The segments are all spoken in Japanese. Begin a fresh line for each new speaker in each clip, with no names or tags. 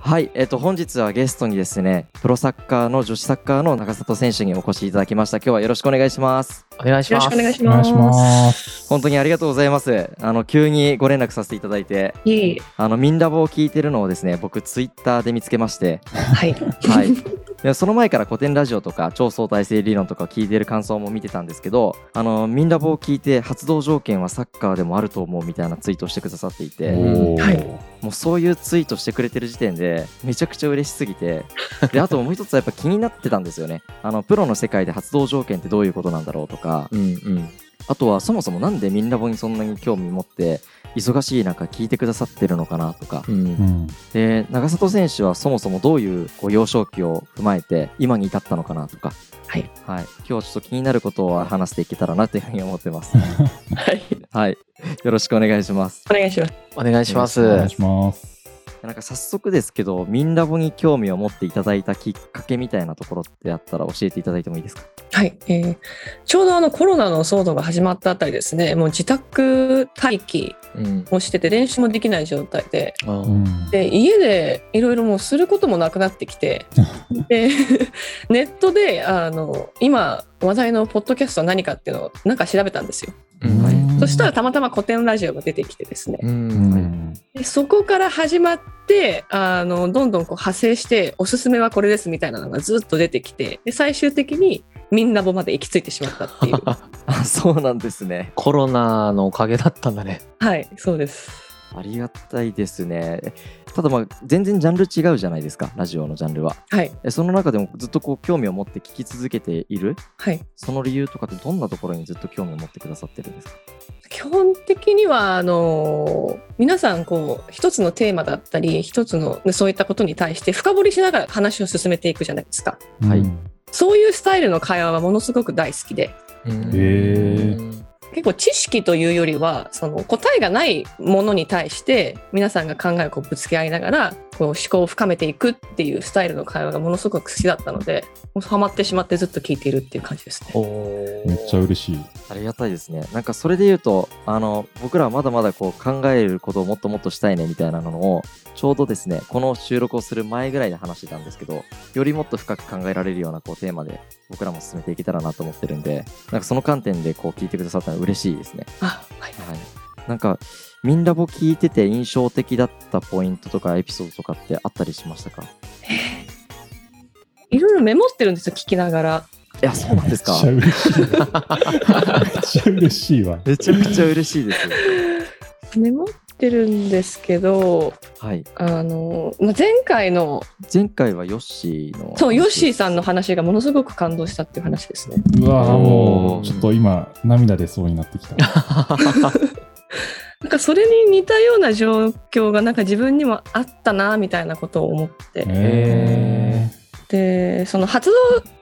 はい、えっと、本日はゲストにですね、プロサッカーの女子サッカーの中里選手にお越しいただきました。今日はよろしくお願いします。
お願いし
よ
ま
ろ
す。
しくお願いし
お願
ま
い
す。
します。
本当にありがとうございます。あの、急にご連絡させていただいて、
いえいえ
あの、ミンダボを聞いてるのをですね、僕、ツイッターで見つけまして、
はい。
はい。でその前から古典ラジオとか超相対性理論とか聞いてる感想も見てたんですけどあのミンラボを聞いて発動条件はサッカーでもあると思うみたいなツイートをしてくださっていて
お
は
ー
もうそういうツイートしてくれてる時点でめちゃくちゃ嬉しすぎてであともう一つはやっぱ気になってたんですよねあのプロの世界で発動条件ってどういうことなんだろうとか
うんうん。
あとはそもそもなんでミンラボにそんなに興味持って忙しい中聞いてくださってるのかなとか
うん
うん。
で長里選手はそもそもどういうこう幼少期を踏まえて今に至ったのかなとか、
はい
はい、今日ちょっと気になることを話していけたらなというふうに思ってます。
はい。
はい、よろしくお願いします。
お願いします。
お願いしま
お
す
願い。します。
なんか早速ですけど、ミンラボに興味を持っていただいたきっかけみたいなところってあったら教えていただいてもいいですか。
はい、えーちょうどあのコロナの騒動が始まったあたりですね、もう自宅待機
うん。
をしてて練習もできない状態で、
あー
うん
で家でいろいろもうすることもなくなってき て、でネットであの今話題のポッドキャストは何かっていうのをなんか調べたんですよ。
うん
はい
そしたらたまたま古典ラジオが出てきてですね、
うん。
うん
でそこから始まってあのどんどんこう派生しておすすめはこれですみたいなのがずっと出てきてで最終的にみんなぼまで行き着いてしまったっていう
あ、そうなんですね。
コロナのおかげだったんだね。
はいそうです
ありがたいですね。ただまあ全然ジャンル違うじゃないですか、ラジオのジャンルは。
はい
えその中でもずっとこう興味を持って聞き続けている
はい
その理由とかってどんなところにずっと興味を持ってくださってるんですか
基本的にはあの皆さんこう一つのテーマだったり一つのそういったことに対して深掘りしながら話を進めていくじゃないですか
はい
うん
そういうスタイルの会話はものすごく大好きで
うん
へ
結構知識というよりはその答えがないものに対して皆さんが考えをこうぶつけ合いながらこう思考を深めていくっていうスタイルの会話がものすごく好きだったのでもうハマってしまってずっと聞いているっていう感じですね。
おー
めっちゃ嬉しい。
ありがたいですねなんかそれで言うとあの僕らはまだまだこう考えることをもっともっとしたいねみたいなのをちょうどですねこの収録をする前ぐらいで話してたんですけどよりもっと深く考えられるようなこうテーマで僕らも進めていけたらなと思ってるんでなんかその観点でこう聞いてくださったの嬉しいですね
あはい、
はいなんかミンラボ聞いてて印象的だったポイントとかエピソードとかってあったりしましたか
いろいろメモってるんですよ聞きながら。
いやそうなんですか
めっちゃ嬉しい。めっち
めちゃ
ゃ嬉しいわ。
くちゃ嬉しいです
メモってるんですけど
はい
あのまあ前回の
前回はヨッシーの
そうヨッシーさんの話がものすごく感動したっていう話ですね。
うわー
おー
もうちょっと今涙出そうになって きた。
なんかそれに似たような状況がなんか自分にもあったなみたいなことを思って。
え
でその発動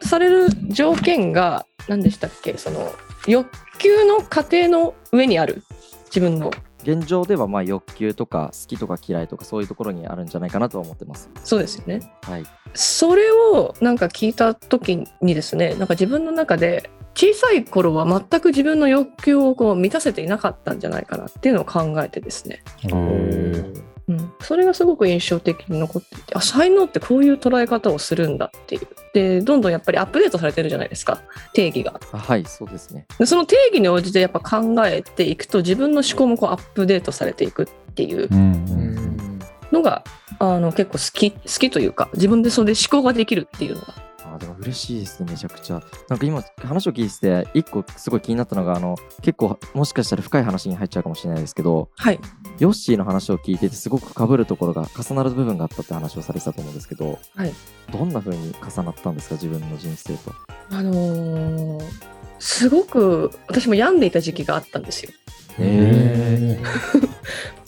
される条件が何でしたっけその欲求の過程の上にある自分の
現状ではまあ欲求とか好きとか嫌いとかそういうところにあるんじゃないかなとは思ってます
そうですよね
はい
それをなんか聞いた時にですねなんか自分の中で小さい頃は全く自分の欲求をこう満たせていなかったんじゃないかなっていうのを考えてですね、
ーえ
うん、それがすごく印象的に残っていてあ才能ってこういう捉え方をするんだっていうでどんどんやっぱりアップデートされてるじゃないですか定義が
あはいそうですね
でその定義に応じてやっぱ考えていくと自分の思考もこうアップデートされていくっていう
う
うんうんうん
ん
のがあの結構好き好きというか自分でそれで思考ができるっていうのが
あでも嬉しいですねめちゃくちゃなんか今話を聞いてて一個すごい気になったのがあの結構もしかしたら深い話に入っちゃうかもしれないですけど
はい
ヨッシーの話を聞いててすごく被るところが重なる部分があったって話をされてたと思うんですけど、
はい
どんな風に重なったんですか自分の人生と
あのーすごく私も病んでいた時期があったんですよ
えー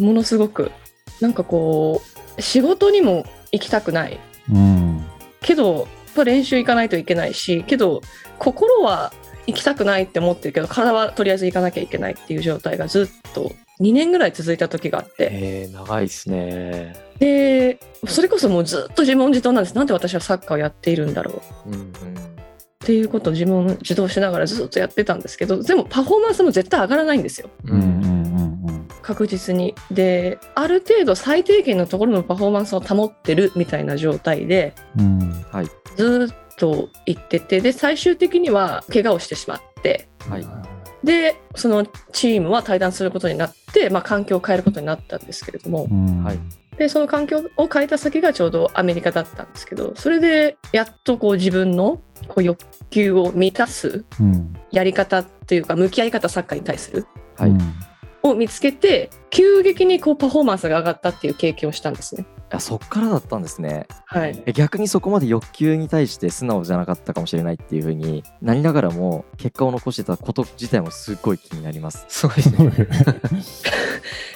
ものすごくなんかこう仕事にも行きたくない
うん
けどやっぱ練習行かないといけないしけど心は行きたくないって思ってるけど体はとりあえず行かなきゃいけないっていう状態がずっと2年ぐらい続いた時があって、
えー長いですね。
でそれこそもうずっと自問自答なんですなんで私はサッカーをやっているんだろう
うん
っていうことを自問自答しながらずっとやってたんですけどでもパフォーマンスも絶対上がらないんですよ
う
うんうん
ん。
うん
確実にである程度最低限のところのパフォーマンスを保ってるみたいな状態で
うん
ずーっと行っててで最終的には怪我をしてしまって
はい。
でそのチームは退団することになって、まあ、環境を変えることになったんですけれども
うん
はい
でその環境を変えた先がちょうどアメリカだったんですけどそれでやっとこう自分のこう欲求を満たす
うん
やり方っていうか向き合い方サッカーに対する
はい
うん
を見つけて急激にこうパフォーマンスが上がったっていう経験をしたんですね。
あそっからだったんですね。
はい、
え逆にそこまで欲求に対して素直じゃなかったかもしれないっていうふうになりながらも結果を残してたこと自体もすっごい気になります。
すごいです ね。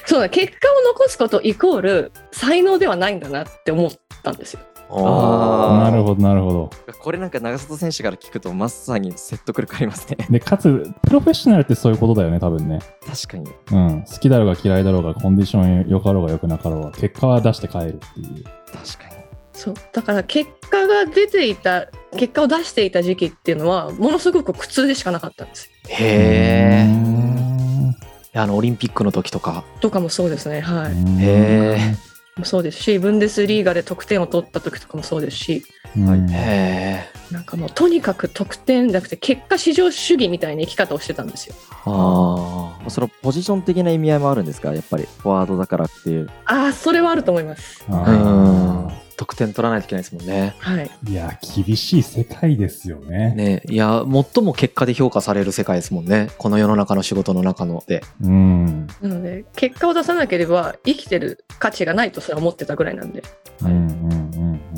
そうだ結果を残すことイコール才能ではないんだなって思ったんですよ。
あー
なるほどなるほど
これなんか長里選手から聞くとまさに説得力ありますね。
でかつプロフェッショナルってそういうことだよね多分ね
確かに。
うん好きだろうが嫌いだろうがコンディション良かろうが良くなかろうが結果は出して帰るっていう
確かに。
そうだから結果が出ていた結果を出していた時期っていうのはものすごく苦痛でしかなかったんですよ。
へ
う
え。
ん
あのオリンピックの時とか。
とかもそうですねはい。
へ
もそうですしブンデスリーガで得点を取った時とかもそうですし
うん
はい
え。へえ。
なんかもうとにかく得点じゃなくて結果至上主義みたいな生き方をしてたんですよ。
ああ。
そのポジション的な意味合いもあるんですかやっぱりフォワードだからっていう。
ああそれはあると思います。
うん
あ。
得点取らないといけないですもんね。
はい、
ーいや厳しい世界ですよね
ねいや、最も結果で評価される世界ですもんね。この世の中の仕事の中ので。
うん
なので結果を出さなければ生きてる価値がないとそれは思ってたぐらいなんで
うんうんう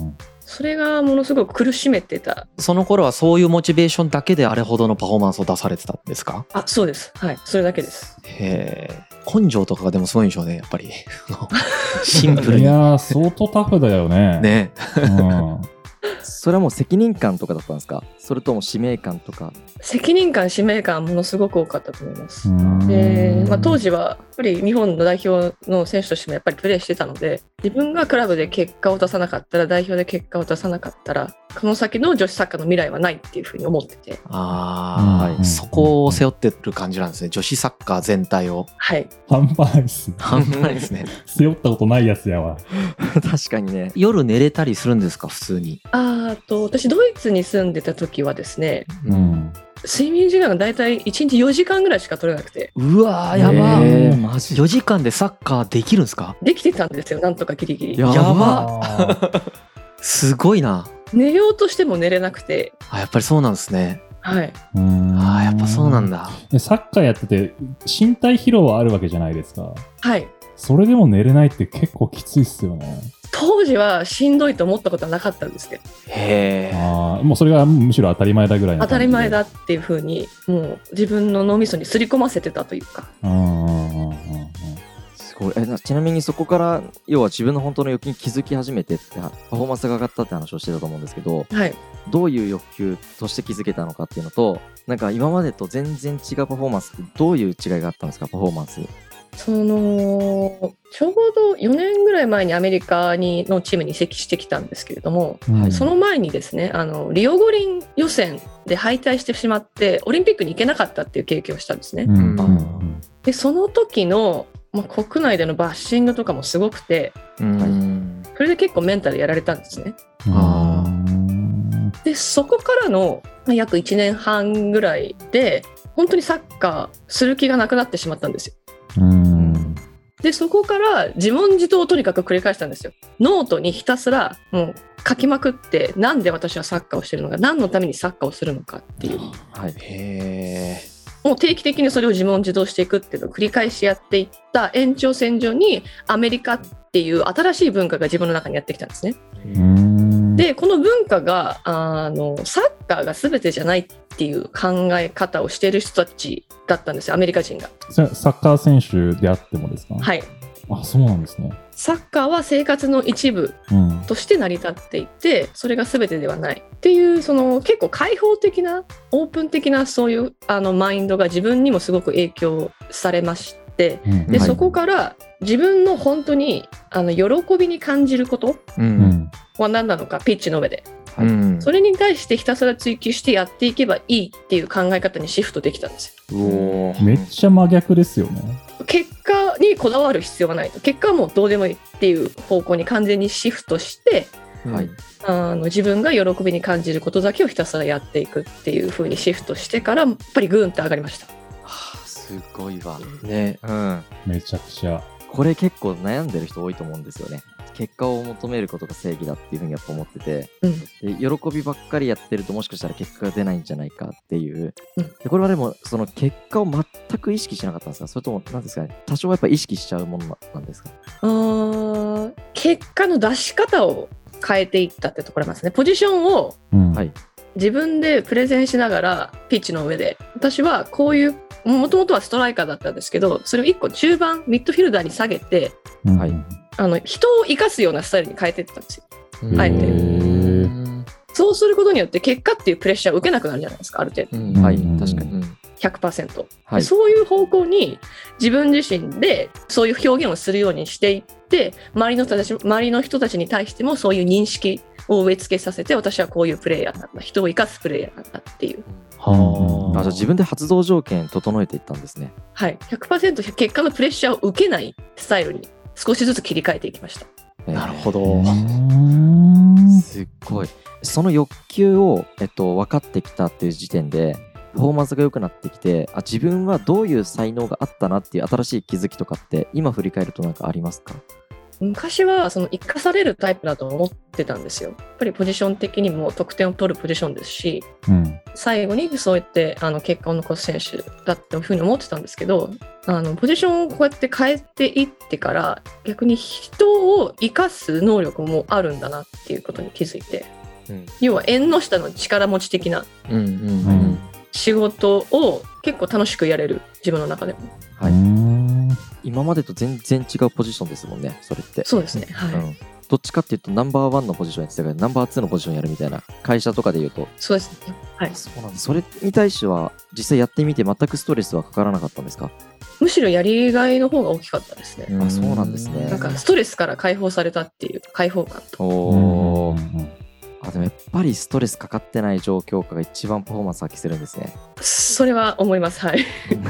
ん
それがものすごく苦しめてた
その頃はそういうモチベーションだけであれほどのパフォーマンスを出されてたんですか
あそうですはいそれだけです
へえ。根性とかがでもすごいんでしょうね、やっぱり。 あのシンプ
う
ル
んい
に。
やー相当タフだよね
ね
うん
それはもう責任感とかだったんですかそれとも使命感とか。
責任感使命感はものすごく多かったと思います、
うん
でまあ、当時はやっぱり日本の代表の選手としてもやっぱりプレーしてたので自分がクラブで結果を出さなかったら代表で結果を出さなかったらこの先の女子サッカーの未来はないっていうふうに思ってて
ああ、
うん
そこを背負ってる感じなんですね。女子サッカー全体を。
はい
半端ないっすね
半端な いですね。
背負ったことないやつやわ
確かにね。
夜寝れたりするんですか、普通に。
あーあと私ドイツに住んでた時はですね
うん
睡眠時間が大体1日4時間ぐらいしか取れなくて
うわー、やばー。
えー
マジ
4時間でサッカーできるんですか
できてたんですよなんとかギリギリ
やば
やば
あ
すごいな。
寝ようとしても寝れなくて
あ、やっぱりそうなんですね。
はい
ああ、やっぱそうなん
だ
だ。
サッカーやってて身体疲労はあるわけじゃないですか
はい
それでも寝れないって結構きついっすよね
当時はしんどいと思ったことはなかったんですけど
へえ。
あーもうそれがむしろ当たり前だぐらいの
当
感じ
た
で
り前だっていうふうにもう自分の脳みそにすり込ませてたというか
うんうんうんうんうん
すごいえなちなみにそこから要は自分の本当の欲求に気づき始めてってパフォーマンスが上がったって話をしてたと思うんですけど
はい
どういう欲求として気づけたのかっていうのとなんか今までと全然違うパフォーマンスってどういう違いがあったんですかパフォーマンスに。
そのちょうど4年ぐらい前にアメリカにのチームに移籍してきたんですけれども
うん
その前にですねあのリオ五輪予選で敗退してしまってオリンピックに行けなかったっていう経験をしたんですね
うんうんうん
でその時の、まあ、国内でのバッシングとかもすごくて
うん。
それで結構メンタルやられたんですね
あ
でそこからのまあ約1年半ぐらいで本当にサッカーする気がなくなってしまったんですよ
うん
でそこから自問自答をとにかく繰り返したんですよノートにひたすらもう書きまくってなんで私はサッカーをしてるのか何のためにサッカーをするのかっていう
はい、
へえ。
もう定期的にそれを自問自答していくっていうのを繰り返しやっていった延長線上にアメリカっていう新しい文化が自分の中にやってきたんですね。
うん
でこの文化があのサッカーが全てじゃないっていう考え方をしている人たちだったんですよアメリカ人が。
それサッカー選手であってもですか
はい
あそうなんですね
サッカーは生活の一部
うん
として成り立っていてそれが全てではないっていうその結構開放的なオープン的なそういうあのマインドが自分にもすごく影響されまして
うん
で
はい
そこから自分の本当にあの喜びに感じること
う。
うんん
は何なのかピッチの上で
うん。
それに対してひたすら追求してやっていけばいいっていう考え方にシフトできたんですよ
おー
めっちゃ真逆ですよね
結果にこだわる必要はないと結果はもうどうでもいいっていう方向に完全にシフトして
はい
あの自分が喜びに感じることだけをひたすらやっていくっていう風にシフトしてからやっぱりグーンって上がりました。
はあすごいわ。
ね
うん。
めちゃくちゃ。
これ結構悩んでる人多いと思うんですよね。結果を求めることが正義だっていうふうにやっぱ思ってて、
うん
で喜びばっかりやってるともしかしたら結果が出ないんじゃないかっていう、
うん
でこれはでもその結果を全く意識しなかったんですかそれとも何ですかね多少はやっぱ意識しちゃうものなんですか
あー結果の出し方を変えていったってところありますね。ポジションを
うん。
はい
自分でプレゼンしながらピッチの上で私はこういうもともとはストライカーだったんですけどそれを1個中盤ミッドフィルダーに下げて
うん
はい
あの人を生かすようなスタイルに変えていったんですよ。
うん
あえて
うん
そうすることによって結果っていうプレッシャーを受けなくなるじゃないですかある程度
うん
はい
うん
確かに、
100%、
はい
そういう方向に自分自身でそういう表現をするようにしていって周りの人たち周りの人たちに対してもそういう認識を植え付けさせて私はこういうプレイヤーなんだ人を生かすプレイヤーなんだっていう
あじゃあ自分で発動条件整えていったんですね
はい、100%結果のプレッシャーを受けないスタイルに少しずつ切り替えていきました。
なる
ど
ほど。
すっごいその欲求を、えっと、分かってきたっていう時点でパフォーマンスが良くなってきてあ自分はどういう才能があったなっていう新しい気づきとかって今振り返るとなんかありますか
昔はその生かされるタイプだと思ってたんですよ。やっぱりポジション的にも得点を取るポジションですし、
うん。
最後にそうやってあの結果を残す選手だっていうふうに思ってたんですけど、あのポジションをこうやって変えていってから、逆に人を生かす能力もあるんだなっていうことに気づいて、
うん
要は縁の下の力持ち的な
うんうん
仕事を結構楽しくやれる自分の中でも。
はい
うん
今までと全然違うポジションですもんねそれって
そうですね。はい。
うん、どっちかっていうとナンバーワンのポジションやってたからナンバーツーのポジションやるみたいな会社とかで言うと
そうですね。はい。
そうなんそれに対しては実際やってみて全くストレスはかからなかったんですか
むしろやりがいの方が大きかったですね。
うん。
あそうなんですね
なんかストレスから解放されたっていう解放感と。
お
うんうんうん
あでもやっぱりストレスかかってない状況下が一番パフォーマンス発揮するんですね
それは思います。はい。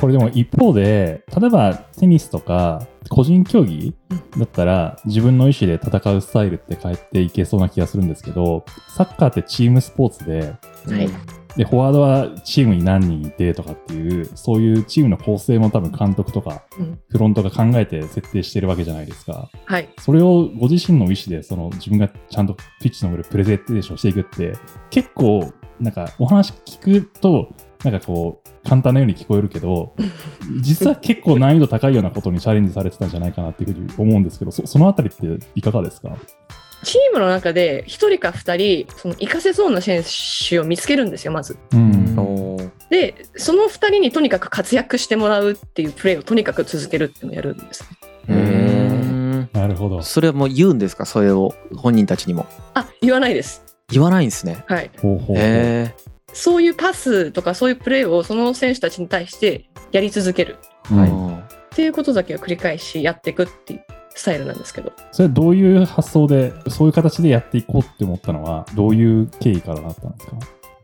これでも一方で例えばテニスとか個人競技だったら自分の意思で戦うスタイルって変えていけそうな気がするんですけどサッカーってチームスポーツで
はい
でフォワードはチームに何人いてとかっていうそういうチームの構成も多分監督とか
うん
フロントが考えて設定してるわけじゃないですか
はい。
それをご自身の意思でその自分がちゃんとピッチの上でプレゼンテーションしていくって結構なんかお話聞くとなんかこう簡単なように聞こえるけど実は結構難易度高いようなことにチャレンジされてたんじゃないかなっていうふうに思うんですけどそそのあたりっていかがですか
チームの中で一人か二人、その活かせそうな選手を見つけるんですよ、まず。
うん
おー
で、その二人にとにかく活躍してもらうっていうプレーをとにかく続けるっていうのをやるんですね。
う
へ
ん
なるほど
それはもう言うんですかそれを本人たちにも。
あ、言わないです。
言わないんですね。
はい。
方法
へ
そういうパスとかそういうプレーをその選手たちに対してやり続ける。
え。
はい
い。
っていうことだけを繰り返しやっていくっていうスタイルなんですけど
それはどういう発想でそういう形でやっていこうって思ったのはどういう経緯からだったんですか
ま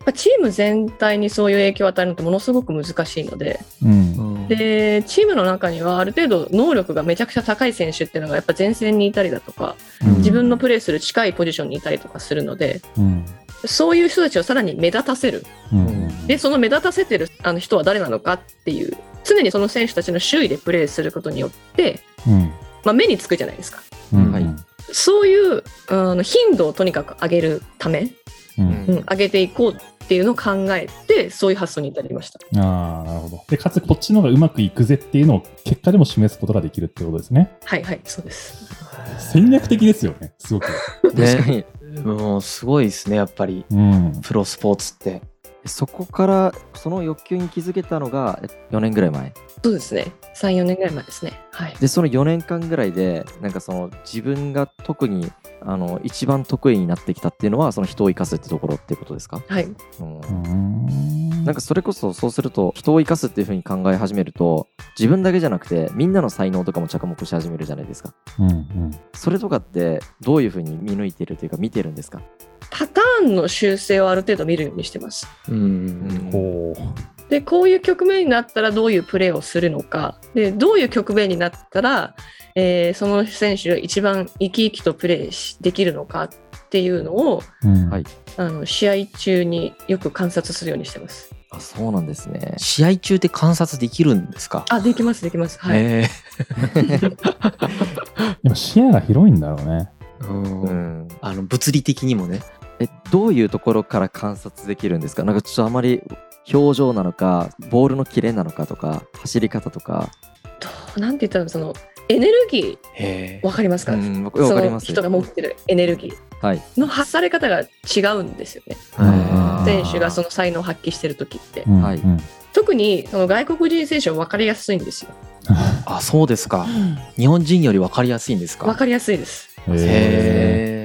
あチーム全体にそういう影響を与えるのってものすごく難しいので
うん
でチームの中にはある程度能力がめちゃくちゃ高い選手っていうのがやっぱ前線にいたりだとか自分のプレーする近いポジションにいたりとかするので
うん
そういう人たちをさらに目立たせる
うんうん
でその目立たせてるあの人は誰なのかっていう常にその選手たちの周囲でプレーすることによって、
うん
まあ、目につくじゃないですか
うん
はい
そういうあの頻度をとにかく上げるため
うん
うん、上げていこうっていうのを考えてそういう発想に至りました
ああ、なるほど。で、かつこっちの方がうまくいくぜっていうのを結果でも示すことができるってことですね。
はいはいそうです
戦略的ですよね、すごく。
確か
ね。
に、
もうすごいですねやっぱり
うん。
プロスポーツって。
そこからその欲求に気づけたのが4年ぐらい前
そうですね34年ぐらい前ですねはい
でその4年間ぐらいでなんかその自分が特にあの一番得意になってきたっていうのはその人を生かすってところっていうことですか、
はい
うん
うん
なんかそれこそそうすると人を生かすっていうふうに考え始めると自分だけじゃなくてみんなの才能とかも着目し始めるじゃないですか
うんうん
それとかってどういうふうに見抜いてるというか見てるんですか、
パターンの修正をある程度見るようにしてます
うん。
ほう。
でこういう局面になったらどういうプレーをするのかでどういう局面になったら、えーその選手が一番生き生きとプレーしできるのかっていうのを
うん
はい
あの試合中によく観察するようにしてます。
あそうなんですね。
試合中って観察できるんですか
あできますできますはい、
え
やっぱ視野が広いんだろうね。
ー
う
うん
ん、
あの物理的にもね
えどういうところから観察できるんですかなんかちょっとあまり表情なのかボールのキレなのかとか走り方とか
となんて言ったらそのエネルギ
へ
ーわかりますか、
うんわかわ
そ
かり
の
ます
人が持ってるエネルギー
はい
の発され方が違うんですよね
あ
選手がそ
の
の才能を発揮してる時って
うん
はい
うん
特にその外国人選手は分かりやすいんですよ
あそうですか日本人より分かりやすいんですか
分かりやすいですや
へ
へ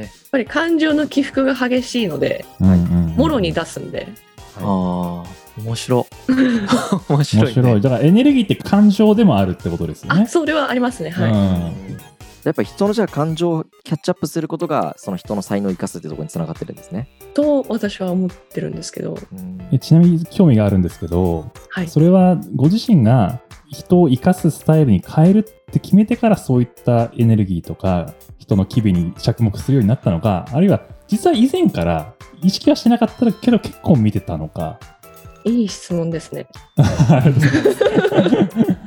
え
っぱり感情の起伏が激しいので
ーうんうんうん
もろに出すんで
はい
あー面白面白
面
い、ね、
白い。だからエネルギーって感情でもあるってことですよ
あ
ね。
それはありますねはい、
うん
やっぱ人のじゃあ感情をキャッチアップすることがその人の才能を生かすってところにつながってるんですね。
と私は思ってるんですけど
うん
えちなみに興味があるんですけど、
はい
それはご自身が人を生かすスタイルに変えるって決めてからそういったエネルギーとか人の機微に着目するようになったのかあるいは実は以前から意識はしてなかったけど結構見てたのか
いい質問ですね
あれですね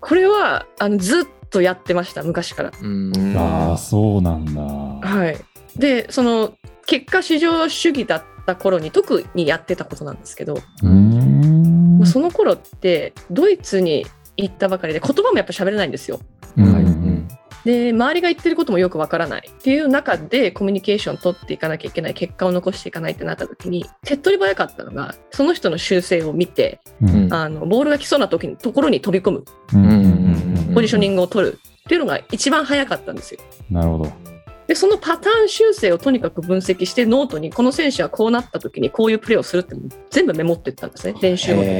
これはあのずっとやってました昔から
うん
ああそうなんだ。
はいでその結果至上主義だった頃に特にやってたことなんですけど、
うーん
まあその頃ってドイツに行ったばかりで言葉もやっぱ喋れないんですよ
うん
はい
うん
で周りが言ってることもよくわからないっていう中でコミュニケーション取っていかなきゃいけない結果を残していかないってなった時に手っ取り早かったのがその人の修正を見て
うん
うん
あのボールが来そうな時にところに飛び込む
うんうん
うん
ポジショニングを取るっていうのが一番早かったんですよ
なるほど。
でそのパターン修正をとにかく分析してノートにこの選手はこうなった時にこういうプレーをするって全部メモっていったんですね練習後に
へ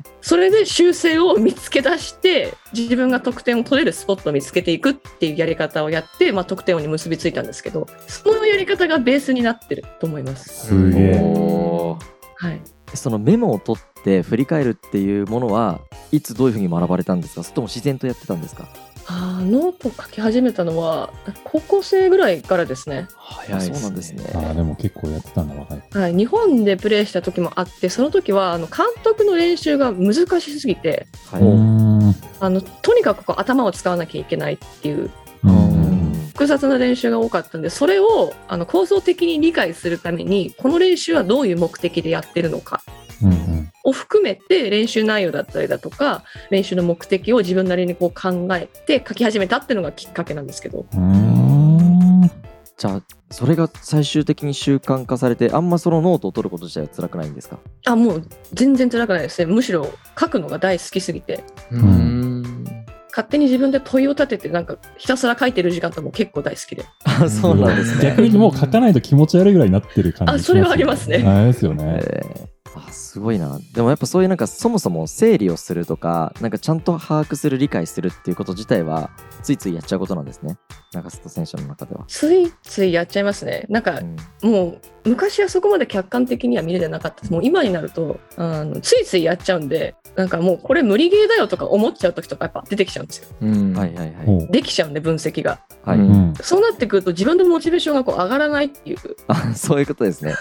へ
それで修正を見つけ出して自分が得点を取れるスポットを見つけていくっていうやり方をやって、まあ、得点王に結びついたんですけどそのやり方がベースになってると思います。
すげ
え。
え。
おー
はい、
そのメモを取って振り返るっていうものはいつどういうふうに学ばれたんですかそれとも自然とやってたんですか
あーノート書き始めたのは高校生ぐらいからですね、
早い
そうなんですね。
ああでも結構やってたんだ若い。
はい、日本でプレーした時もあってその時はあの監督の練習が難しすぎて
は
う
い
ーん
あのとにかくこう頭を使わなきゃいけないっていう
うん
複雑な練習が多かったんでそれをあの構造的に理解するためにこの練習はどういう目的でやってるのか
うんうん
を含めて練習内容だったりだとか練習の目的を自分なりにこう考えて書き始めたっていうのがきっかけなんですけど
うーん
じゃあそれが最終的に習慣化されてあんまそのノートを取ること自体は辛くないんですか
あもう全然辛くないですねむしろ書くのが大好きすぎて
うん
勝手に自分で問いを立ててなんかひたすら書いてる時間とかも結構大好きで
あそうなんですね
逆にもう書かないと気持ち悪いぐらいになってる感じ
あそれはありますね
あれですよね。
えーあすごいなでもやっぱそういうなんかそもそも整理をするとかなんかちゃんと把握する理解するっていうこと自体はついついやっちゃうことなんですね中里選手の中では、
ついついやっちゃいますねなんか
うん
もう昔はそこまで客観的には見れてなかったですもう今になるとあのついついやっちゃうんでなんかもうこれ無理ゲーだよとか思っちゃう時とかやっぱ出てきちゃうんですよ
うん
はいはいはい、
ほう
できちゃうんで分析が
はい、
うん
うん
そうなってくると自分のモチベーションがこう上がらないっていう
あそういうことですね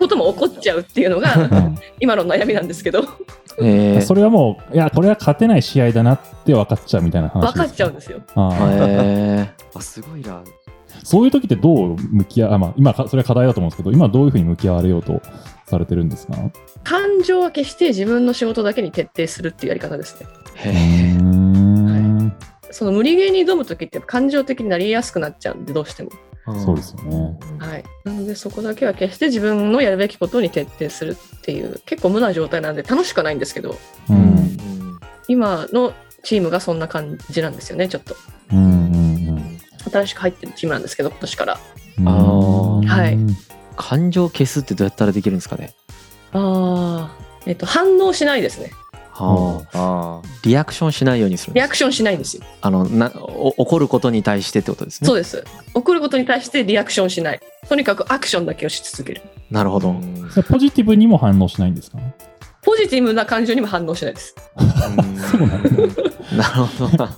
ことも起こっちゃうっていうの
う
が
ん
今の悩みなんですけど
へえ
それはもう、いや、これは勝てない試合だなって分かっちゃうみたいな
分
話です
かっちゃうんですよ。
ああ
へ
あすごいな
そういう時ってどう向き合う、あまあ、今か、それは課題だと思うんですけど、今どういうふうに向き合われようとされてるんですか
感情は決して自分の仕事だけに徹底するっていうやり方ですね。
え
うー
へ
ん、
その無理ゲーに挑む時って感情的になりやすくなっちゃうんでどうしても。
え
そうですよね。
はい、なのでそこだけは決して自分のやるべきことに徹底するっていう結構無な状態なんで楽しくはないんですけど
う
うん
ん、
今のチームがそんな感じなんですよねちょっと
うん、うん、
新しく入ってるチームなんですけど今年から。
うん。
あー
はい
感情を消すってどうやったらできるんですかね
あーえっと、反応しないですね。
はあ
あー
リアクションしないようにするん
リ
で
ア
す
クションしないんですよ。
あのなお怒ることに対してってことですね
そうです。怒ることに対してリアクションしない。とにかくアクションだけをし続ける。
なるほど
うん
それポジティブにも反応しないんですか
ポジティブな感情にも反応しないです。
そうなんですね
なるほ どな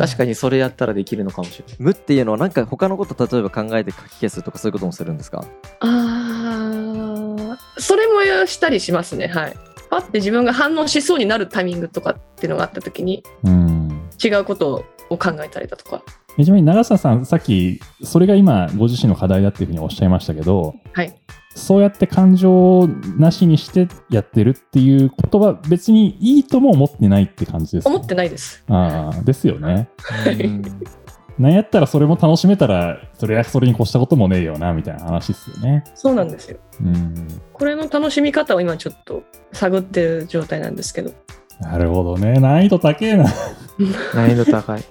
確かにそれやったらできるのかもしれない
無っていうのはなんか他のこと例えば考えて書き消すとかそういうこともするんですか
ああ、それもしたりしますね。はい。パって自分が反応しそうになるタイミングとかっていうのがあった時に
うん
違うことを考えたりだとか。
えちなみに長澤さんさっきそれが今ご自身の課題だっていうふうにおっしゃいましたけど
はい。
そうやって感情をなしにしてやってるっていうことは別にいいとも思ってないって感じですか
思ってないです。
ああですよね
い
うん
なんやったらそれも楽しめたらそれはそれに越したこともねえよなみたいな話ですよね
そうなんですよ。
うん
これの楽しみ方を今ちょっと探ってる状態なんですけど。
なるほどね難易度高えな
難易度高い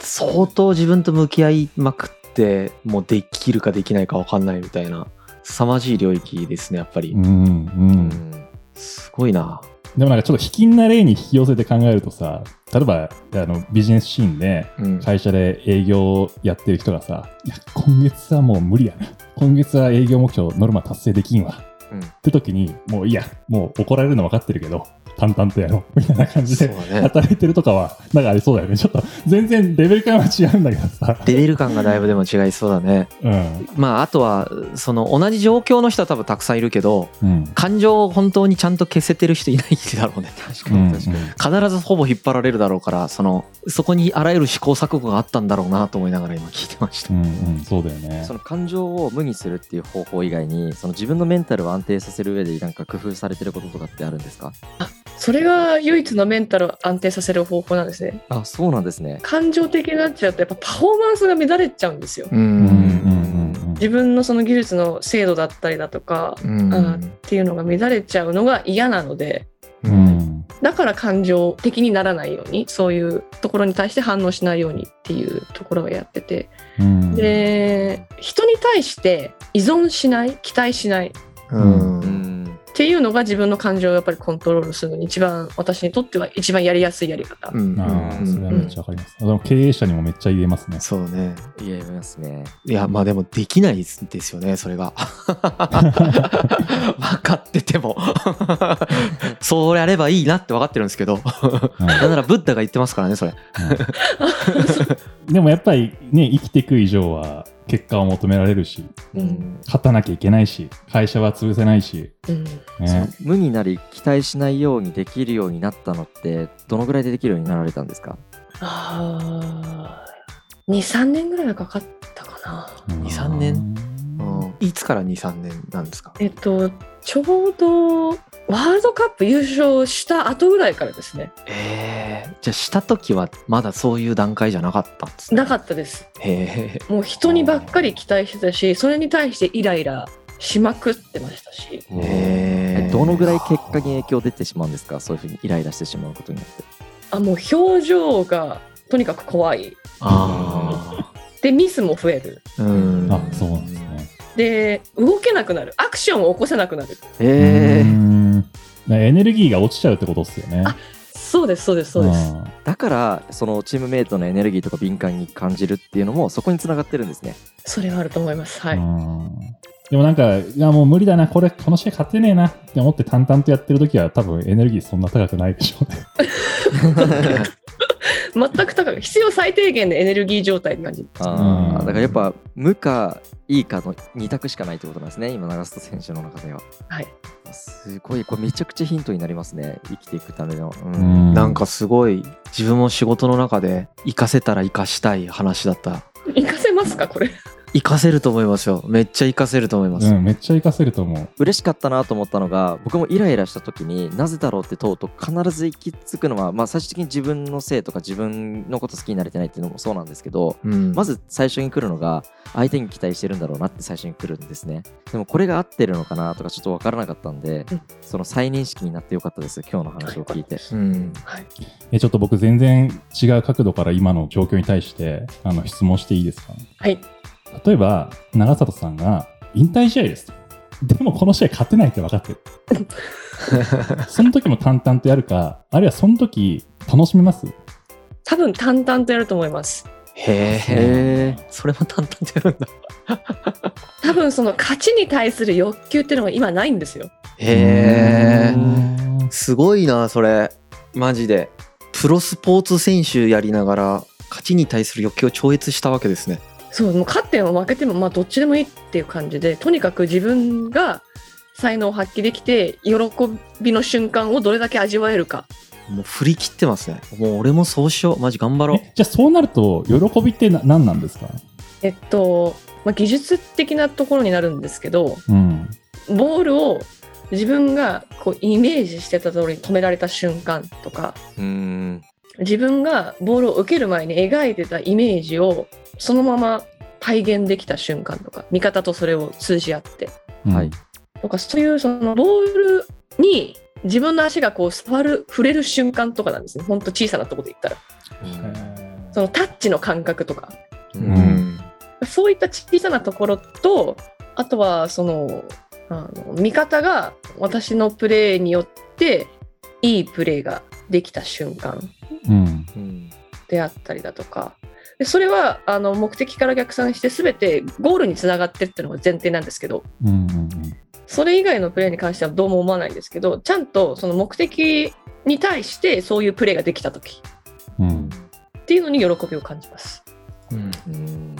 相当自分と向き合いまくってもうできるかできないか分かんないみたいな凄まじい領域ですねやっぱり、
うんうん
すごいな
でもなんかちょっと卑近な例に引き寄せて考えるとさ例えばあのビジネスシーンで
うん
会社で営業やってる人がさ「いや今月はもう無理やな今月は営業目標ノルマ達成できんわ」
うん
って時にもういいやもう怒られるの分かってるけど淡々とやろう みたいな感じ
そう
で
だね
働いてるとかはなんかありそうだよねちょっと全然レベル感は違うんだけどさ、
レベル感がだいぶでも違いそうだね
うん
まああとはその同じ状況の人は多分たくさんいるけど
うん、
感情を本当にちゃんと消せてる人いないだろうね確
うん
必ずほぼ引っ張られるだろうからそのそこにあらゆる試行錯誤があったんだろうなと思いながら今聞いてました
うんうんそうだよね
その感情を無にするっていう方法以外にその自分のメンタルを安定させる上でなんか工夫されてることとかってあるんですか
それが唯一のメンタルを安定させる方法なんですね。
あそうなんですね
感情的になっちゃうとやっぱパフォーマンスが乱れちゃうんですよ。
う
うんうんうん
自分のその技術の精度だったりだとか
う
あっていうのが乱れちゃうのが嫌なので
うんうん
だから感情的にならないようにそういうところに対して反応しないようにっていうところをやってて
うん
で人に対して依存しない期待しないっ
うん
うん
ていうのが自分の感情をやっぱりコントロールするのに一番私にとっては一番やりやすいやり方、
うん
ああそれはめっち
ゃ
ゃわかります、あでも経営者にもめっちゃ言えますね
そうね
言えますね
いやまあでもできないですよねそれ が分かってても そうやればいいなって分かってるんですけど
うん
なんならブッダが言ってますからねそれ
でもやっぱりね生きていく以上は結果を求められるし
うん
勝たなきゃいけないし会社は潰せないし、
うん
ね、
無になり期待しないようにできるようになったのってどのぐらいでできるようになられたんですか
あ23年ぐらいはかかったかな
うん
23年うんいつから23年なんですか
えっとちょうどワールドカップ優勝した後ぐらいからですね
ええじゃあした時はまだそういう段階じゃなかったんですね
なかったです
へえ
もう人にばっかり期待してたしそれに対してイライラしまくってましたし
へ
え
え
どのぐらい結果に影響出てしまうんですかそういうふうにイライラしてしまうことによって
あもう表情がとにかく怖い
あ
でミスも増える
あうん
あそうなんですね
で動けなくなるアクションを起こせなくなる
ええ
うんだからエネルギーが落ちちゃうってことですよね
あそうですそうですそうです
ん
だからそのチームメイトのエネルギーとか敏感に感じるっていうのもそこにつながってるんですね
それはあると思いますは
う
い
んでもなんかいやもう無理だなこれこの試合勝てねえなって思って淡々とやってる時は多分エネルギーそんな高くないでしょうね
全く高く必要最低限でエネルギー状態って感じ
あ
うん
ーだからやっぱ無かいいかの2択しかないってことなんですね今長瀬選手の中では
はい
すごいこれめちゃくちゃヒントになりますね生きていくための、う
うん ん
なんかすごい自分も仕事の中で活かせたら活かしたい話だった
行かせますかこれ
活かせると思いますよめっちゃ活かせると思います、
うん、めっちゃ活かせると思う
嬉しかったなと思ったのが僕もイライラした時になぜだろうって問うと必ず行き着くのは、まあ、最終的に自分のせいとか自分のこと好きになれてないっていうのもそうなんですけど
うん
まず最初に来るのが相手に期待してるんだろうなって最初に来るんですねでもこれが合ってるのかなとかちょっと分からなかったんで、
うん
その再認識になってよかったです今日の話を聞いて
うん
はい
えちょっと僕全然違う角度から今の状況に対してあの質問していいですか
はい
例えば長里さんが引退試合ですとでもこの試合勝てないって分かっ てるその時も淡々とやるかあるいはその時楽しみます
多分淡々とやると思います
へえ
へ
それも淡々とやるんだ
多分その勝ちに対する欲求っていうのが今ないんですよ
へえ
うーん
すごいな、それ。マジで。プロスポーツ選手やりながら、勝ちに対する欲求を超越したわけですね。
そうもう勝っても負けても、まあ、どっちでもいいっていう感じでとにかく自分が才能を発揮できて喜びの瞬間をどれだけ味わえるか
もう振り切ってますね。もう俺もそうしよう。マジ頑張ろう。
えじゃあそうなると喜びってな何なんですか、
えっと、まあ、技術的なところになるんですけど
うん、
ボールを自分がこうイメージしてた通りに止められた瞬間とか
うーん。
自分がボールを受ける前に描いてたイメージをそのまま体現できた瞬間とか味方とそれを通じ合って
はい
とかそういうそのボールに自分の足がこう触る触れる瞬間とかなんですねほんと小さなとこで言ったらそのタッチの感覚とか
うん
ん
そういった小さなところとあとはそのあの味方が私のプレーによっていいプレーができた瞬間
うん
うん
であったりだとかでそれはあの目的から逆算して全てゴールにつながってるっていうのが前提なんですけど
うんうん
それ以外のプレーに関してはどうも思わないんですけどちゃんとその目的に対してそういうプレーができた時
うんうん
っていうのに喜びを感じます。
うん
うん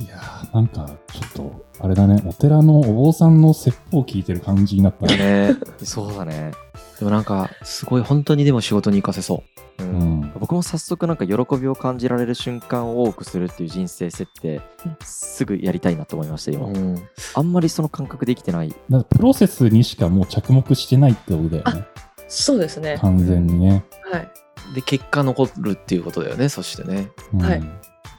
いやーなんかちょっとあれだねお寺のお坊さんの説法を聞いてる感じになったね、
ね、
そうだね。
でもなんかすごい本当にでも仕事に活かせそう
うんん、
僕も早速なんか喜びを感じられる瞬間を多くするっていう人生設定すぐやりたいなと思いました
う、
今
ん、
あんまりその感覚できてない
だからプロセスにしかもう着目してないってことだよね
そうですね。
完全にね、
はい。
で結果残るっていうことだよねそしてね
うん
はい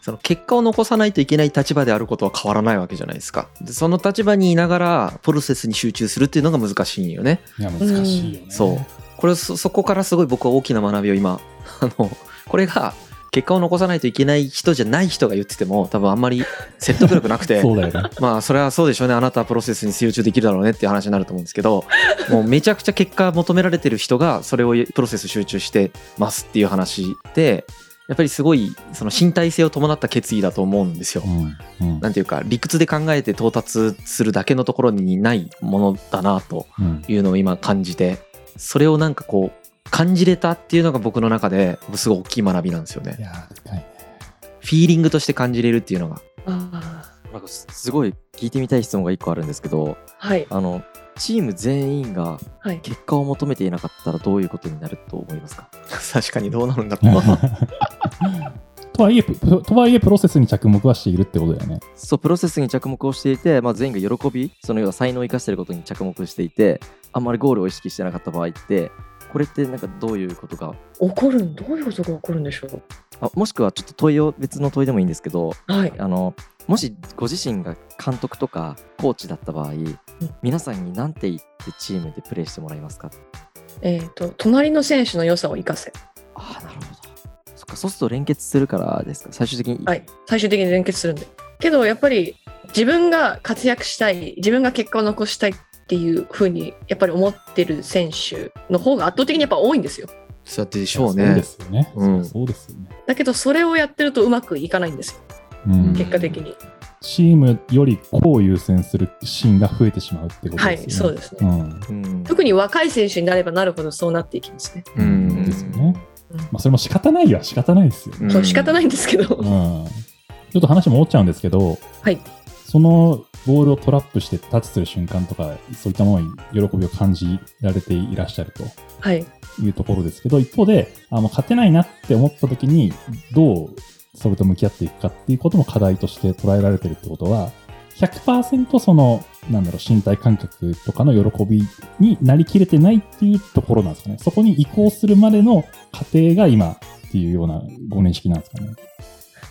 その結果を残さないといけない立場であることは変わらないわけじゃないですかでその立場にいながらプロセスに集中するっていうのが難しいんよね
いや難しいよね、
そうこれそそこからすごい僕は大きな学びを今 あのこれが結果を残さないといけない人じゃない人が言ってても多分あんまり説得力なくて
そうだよね
まあそれはそうでしょうねあなたはプロセスに集中できるだろうねっていう話になると思うんですけどもうめちゃくちゃ結果求められてる人がそれをプロセス集中してますっていう話でやっぱりすごいその身体性を伴った決意だと思うんですよ。
うんうん
なんていうか理屈で考えて到達するだけのところにないものだなと
うん
いうのを今感じてそれをなんかこう感じれたっていうのが僕の中ですごい大きい学びなんですよ
い
ね。
やーでかいね
フィーリングとして感じれるっていうのが。
あ
なんかすすごい聞いてみたい質問が1個あるんですけど
あ、はい。
あのチーム全員が
はい。
結果を求めていなかったらどういうことになると思いますか
確かにどうなるんだろう。
とはいえププロとはいえプロセスに着目はしているってことだよね
そうプロセスに着目をしていて、まあ、全員が喜びその要は才能を生かしていることに着目していてあんまりゴールを意識してなかった場合ってこれってなんかどういうことか
怒るんどういうことが起こるんでしょう。
あもしくはちょっと問いを別の問いでもいいんですけど
はい。
あのもしご自身が監督とかコーチだった場合、皆さんに何て言ってチームでプレーしてもらいますか
えっ、と隣の選手の良さを生かせ。
ああなるほどそっかそうすると連結するからですか最終的に、
はい。最終的に連結するんで。けどやっぱり自分が活躍したい、自分が結果を残したいっていうふうにやっぱり思ってる選手の方が圧倒的にやっぱ多いんですよ。
そうやってでしょう
そうで
ね。
すよね、
うん
そうですよね、
だけどそれをやってるとうまくいかないんですよ。
うん、
結果的に。
チームよりこう優先するシーンが増えてしまうってこと
は
で
い、
す
そ
よ
う
ね。
です
う
ね。
ん
うん
特に若い選手になればなるほどそうなっていきますね。
う
うん
ん
ですよね
うん。
まあ、それも仕方ないよ、仕方ないですよ。
うん
そう仕方ないんですけど、
うん、ちょっと話戻っちゃうんですけど、
はい
そのボールをトラップしてタッチする瞬間とか、そういったものに喜びを感じられていらっしゃると
はい、
いうところですけど、一方で、あもう勝てないなって思った時に、どうそれと向き合っていくかっていうことも課題として捉えられてるってことは、100%その、なんだろう、身体感覚とかの喜びになりきれてないっていうところなんですかね。そこに移行するまでの過程が今っていうようなご認識なんですかね。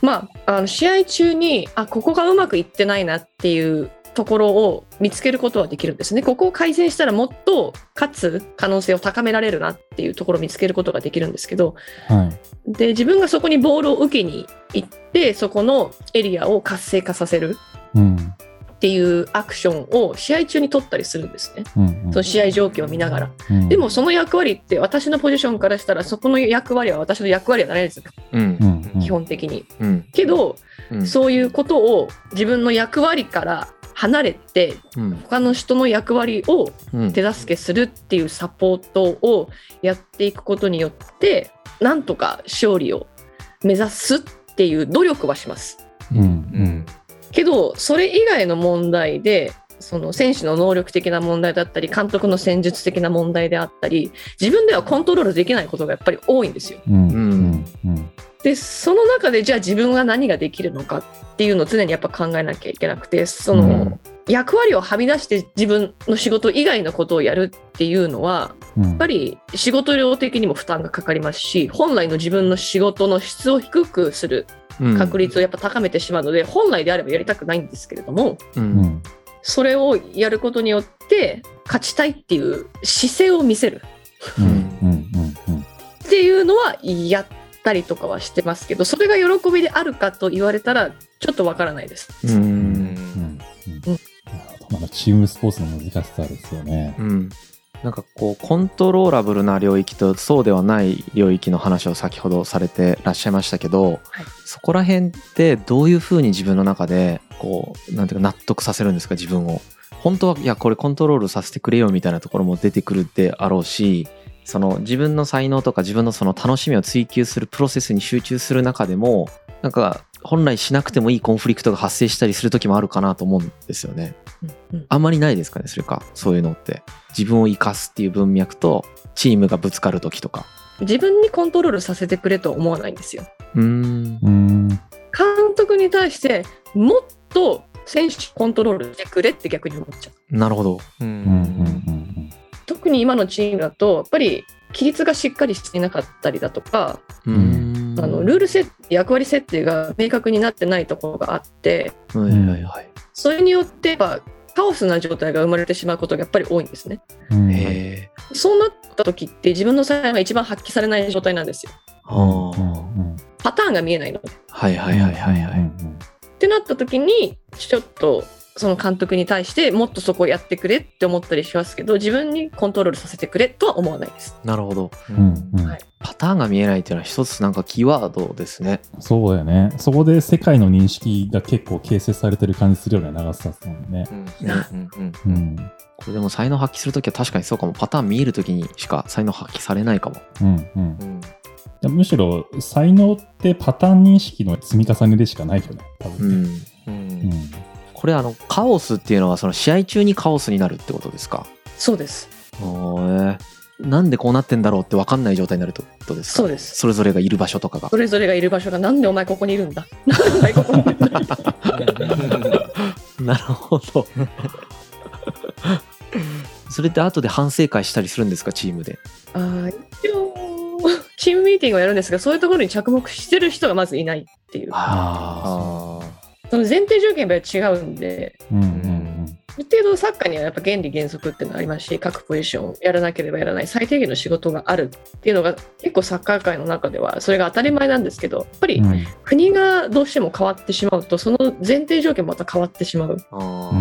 まああの試合中にあここがうまくいってないなっていうところを見つけることはできるんですねここを改善したらもっと勝つ可能性を高められるなっていうところを見つけることができるんですけど
はい。
で自分がそこにボールを受けに行ってそこのエリアを活性化させる
うん。
っていうアクションを試合中に取ったりするんですね
うん、
その試合状況を見ながら。
うん。うん
でも、その役割って私のポジションからしたらそこの役割は私の役割はないですよ、
うん
うん、うん
基。本的に。
うん
けど、
うん
そういうことを自分の役割から離れて
うん
他の人の役割を
うん
手助けするっていうサポートをやっていくことによってなんとか勝利を目指すっていう努力はします。
うんう
うんん
けどそれ以外の問題でその選手の能力的な問題だったり監督の戦術的な問題であったり自分ではコントロールできないことがやっぱり多いんですよ。
うん
うん
うん
でその中でじゃあ自分は何ができるのかっていうのを常にやっぱ考えなきゃいけなくてその、
うん
役割をはみ出して自分の仕事以外のことをやるっていうのは
うん
やっぱり仕事量的にも負担がかかりますし本来の自分の仕事の質を低くする
うん
確率をやっぱ高めてしまうので、本来であればやりたくないんですけれども
う
うんん
それをやることによって勝ちたいっていう姿勢を見せる
うんうんうんうん
っていうのはやったりとかはしてますけどそれが喜びであるかと言われたらちょっとわからないです。
うん
うんうんなるほどまだチームスポーツの難しさですよね
う。んなんかこうコントローラブルな領域とそうではない領域の話を先ほどされてらっしゃいましたけど、
はい
そこら辺ってどういうふうに自分の中でこうなんていうか納得させるんですか自分を本当はいやこれコントロールさせてくれよみたいなところも出てくるであろうしその自分の才能とか自分のその楽しみを追求するプロセスに集中する中でもなんか本来しなくてもいいコンフリクトが発生したりする時もあるかなと思うんですよね。あんまりないですかねそれかそういうのって自分を生かすっていう文脈とチームがぶつかる時とか
自分にコントロールさせてくれとは思わないんですよ。
うーん
うん
監督に対してもっと選手コントロールしてくれって逆に思っちゃう
なるほどう
うんうんうん
特に今のチームだとやっぱり規律がしっかりしていなかったりだとか、
うーん
あのルール設役割設定が明確になってないところがあって
はいはいはい
それによってはカオスな状態が生まれてしまうことがやっぱり多いんですね
うんうん
へえ
そうなった時って自分の才能が一番発揮されない状態なんですよ
あー
うん
パターンが見えないので
はいはいはいはいは
う
い
んうん
ってなった時にちょっとその監督に対してもっとそこをやってくれって思ったりしますけど自分にコントロールさせてくれとは思わないです。
なるほど
うんうん
はい
パターンが見えないっていうのは一つなんかキーワードですね
そうだよね。そこで世界の認識が結構形成されてる感じするよね、長瀬さんもね。
うん
うん。
これでも才能発揮する時は確かにそうかもパターン見える時にしか才能発揮されないかも
うんうん
う。ん
いやむしろ、才能ってパターン認識の積み重ねでしかないよね、多
う
分。
ん
うん
これあのカオスっていうのはその試合中にカオスになるってことですか
そうです。
おーえーなんでこうなってんだろうって分かんない状態になるってことですか
そうです
それぞれがいる場所とかが
それぞれがいる場所がなんでお前ここにいるんだ。なんでお前ここにいるんだ。
なるほど それって後で反省会したりするんですかチームで
あー一応チームミーティングをやるんですがそういうところに着目してる人がまずいないっていう
あ
あ
その前提条件が違うんで
うんうん
ある程度サッカーにはやっぱ原理原則っていうのがありますし各ポジションをやらなければやらない最低限の仕事があるっていうのが結構サッカー界の中ではそれが当たり前なんですけどやっぱ
う
り
ん。
国がどうしても変わってしまうとその前提条件もまた変わってしまう
あー
うんうんう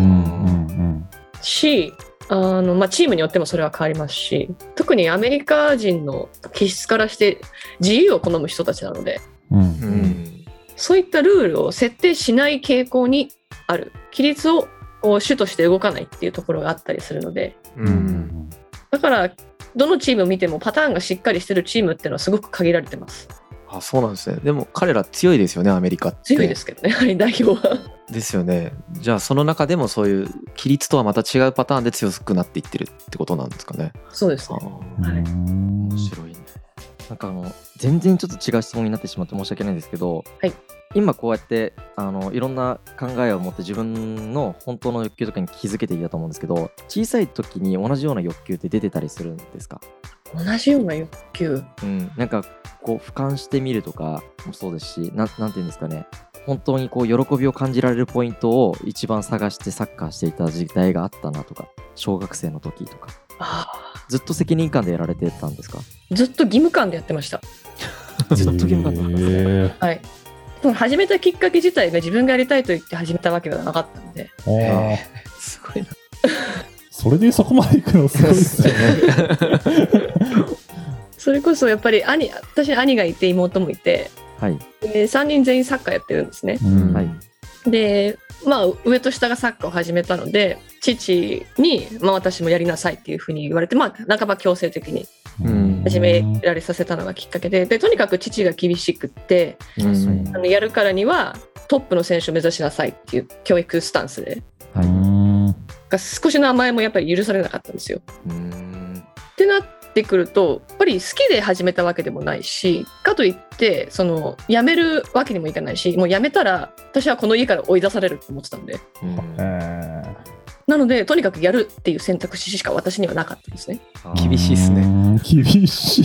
ん
しあの、まあ、チームによってもそれは変わりますし特にアメリカ人の気質からして自由を好む人たちなので
うん
う
うん
ん
そういったルールを設定しない傾向にある規律をこう主として動かないっていうところがあったりするので
う
うんん
だからどのチームを見てもパターンがしっかりしてるチームっていうのはすごく限られてます
あそうなんですねでも彼ら強いですよねアメリカって
強いですけどね、はい代表は。
ですよねじゃあその中でもそういう規律とはまた違うパターンで強くなっていってるってことなんですかね
そうです
あ
ね
ー
はい
うん
面白いね
なんかあの全然ちょっと違う質問になってしまって申し訳ないんですけど、
はい
今こうやってあのいろんな考えを持って自分の本当の欲求とかに気づけていたと思うんですけど小さい時に同じような欲求って出てたりするんですか、
同じような欲求
うん、なんかこう俯瞰してみるとかもそうですしなんなんていうんですかね本当にこう喜びを感じられるポイントを一番探してサッカーしていた時代があったなとか小学生の時とか
あ
ずっと責任感でやられてたんですか
ーずっと義務感でやってました。
ずっと現場だったんですね
へ
はい、その始めたきっかけ自体が自分がやりたいと言って始めたわけではなかったので
ーあー
すごいな
それでそこまで行くのすごいっす ね。
それこそやっぱり兄私兄がいて妹もいて
はい、
で3人全員サッカーやってるんですね
うん
はい
でまあ、上と下がサッカーを始めたので父に、まあ、私もやりなさいっていうふうに言われて、まあ、半ば強制的に
うん
始められさせたのがきっかけででとにかく父が厳しくって
うん
あのやるからにはトップの選手を目指しなさいっていう教育スタンスで
は
う
い
ん
が少しの甘えもやっぱり許されなかったんですよ。
うーん
ってなってくるとやっぱり好きで始めたわけでもないしかといってその辞めるわけにもいかないしもう辞めたら私はこの家から追い出されると思ってたんで
うん
えー
なのでとにかくやるっていう選択肢しか私にはなかったんですね。
厳しいっすね
うん厳しい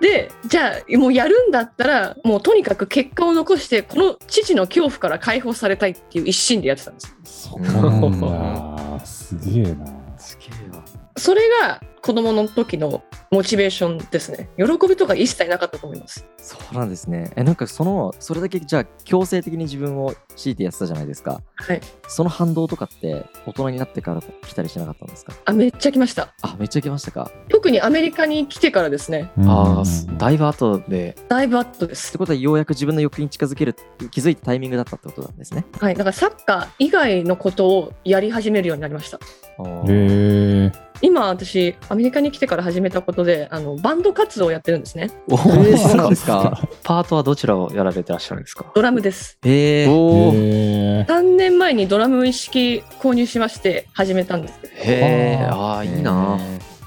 でじゃあもうやるんだったらもうとにかく結果を残してこの父の恐怖から解放されたいっていう一心でやってたんです
そこなんだすげえな
すげえな
それが子供の時のモチベーションですね喜びとか一切なかったと思います
そうなんですねえなんかそのそれだけじゃあ強制的に自分を強いてやってたじゃないですか
はい
その反動とかって大人になってから来たりしなかったんですか
あめっちゃ来ました
あめっちゃ来ましたか
特にアメリカに来てからですね
あ
うん
あだいぶ後で
だいぶアットで
っ
す
てことはようやく自分の欲に近づける気づいたタイミングだったってことなんですね
はいだからサッカー以外のことをやり始めるようになりました
へえ
今私アメリカに来てから始めたことであのバンド活動をやってるんですね
お
えー、
ー
そうなんです か
パートはどちらをやられてらっしゃるんですか
ドラムです
へえー、
おー
へえ
3年前にドラム一式購入しまして始めたんです
へえ
あー
ああいいな